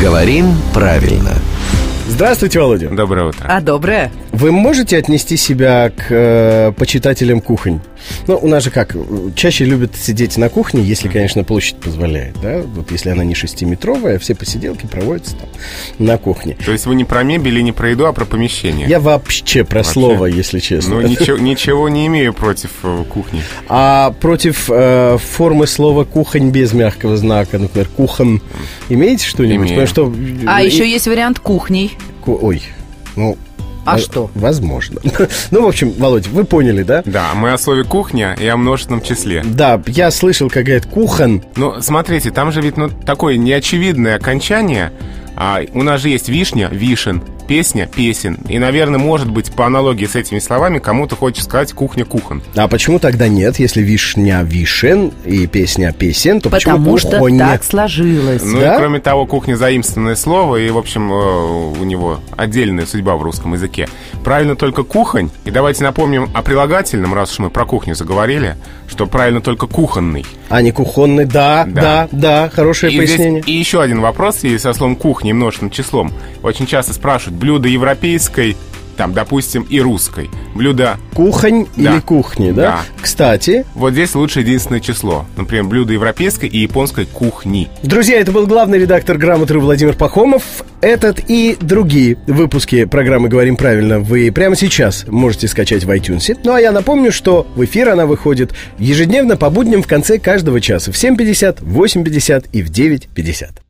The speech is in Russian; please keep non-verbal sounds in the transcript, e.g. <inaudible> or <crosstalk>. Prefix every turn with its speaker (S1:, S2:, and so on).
S1: Говорим правильно.
S2: Здравствуйте, Володя.
S3: Доброе утро.
S4: А доброе?
S2: Вы можете отнести себя к э, почитателям кухонь? Ну, у нас же как, э, чаще любят сидеть на кухне, если, конечно, площадь позволяет, да? Вот если она не шестиметровая, все посиделки проводятся там на кухне.
S3: То есть вы не про мебель и не про еду, а про помещение.
S2: Я вообще про слово, если честно. <laughs>
S3: Ну, ничего, ничего не имею против э, кухни.
S2: А против э, формы слова кухонь без мягкого знака, например, кухон, имеете что-нибудь?
S3: Имею.
S2: что,
S4: А
S2: э,
S4: еще есть вариант кухней.
S2: ку- Ой, ну...
S4: А
S2: во-
S4: что?
S2: Возможно. <laughs> Ну, в общем, Володь, вы поняли, да?
S3: Да, мы о слове кухня и о множественном числе.
S2: Да, я слышал, как говорят кухон,
S3: Ну, смотрите, там же ведь ну, такое неочевидное окончание. А у нас же есть вишня, вишен, песня, песен. И, наверное, может быть, по аналогии с этими словами, кому-то хочется сказать кухня-кухон.
S2: А почему тогда нет, если вишня вишен и песня песен, то почему
S4: Потому что
S2: кухонь
S4: так
S2: нет?
S4: сложилось.
S3: Ну
S2: Да?
S3: и кроме того, кухня заимственное слово, и, в общем, э, у него отдельная судьба в русском языке. Правильно только кухонь. И давайте напомним о прилагательном, раз уж мы про кухню заговорили, что правильно только кухонный.
S2: А не кухонный, да, да,
S3: Да.
S2: да, хорошее
S3: И, здесь-
S2: пояснение.
S3: и еще один вопрос, и со словом кухня и множественным числом. Очень часто спрашивают, блюдо европейской, там, допустим, и русской. Блюдо,
S2: Кухонь
S3: Да.
S2: или кухни, да?
S3: Да.
S2: Кстати,
S3: вот здесь лучше единственное число. Например, блюдо европейской и японской кухни.
S2: друзья, это был главный редактор «Грамотры» Владимир Пахомов. Этот и другие выпуски программы «Говорим правильно» вы прямо сейчас можете скачать в iTunes. Ну, а я напомню, что в эфир она выходит ежедневно по будням в конце каждого часа в 7.50, в 8.50 и в 9.50.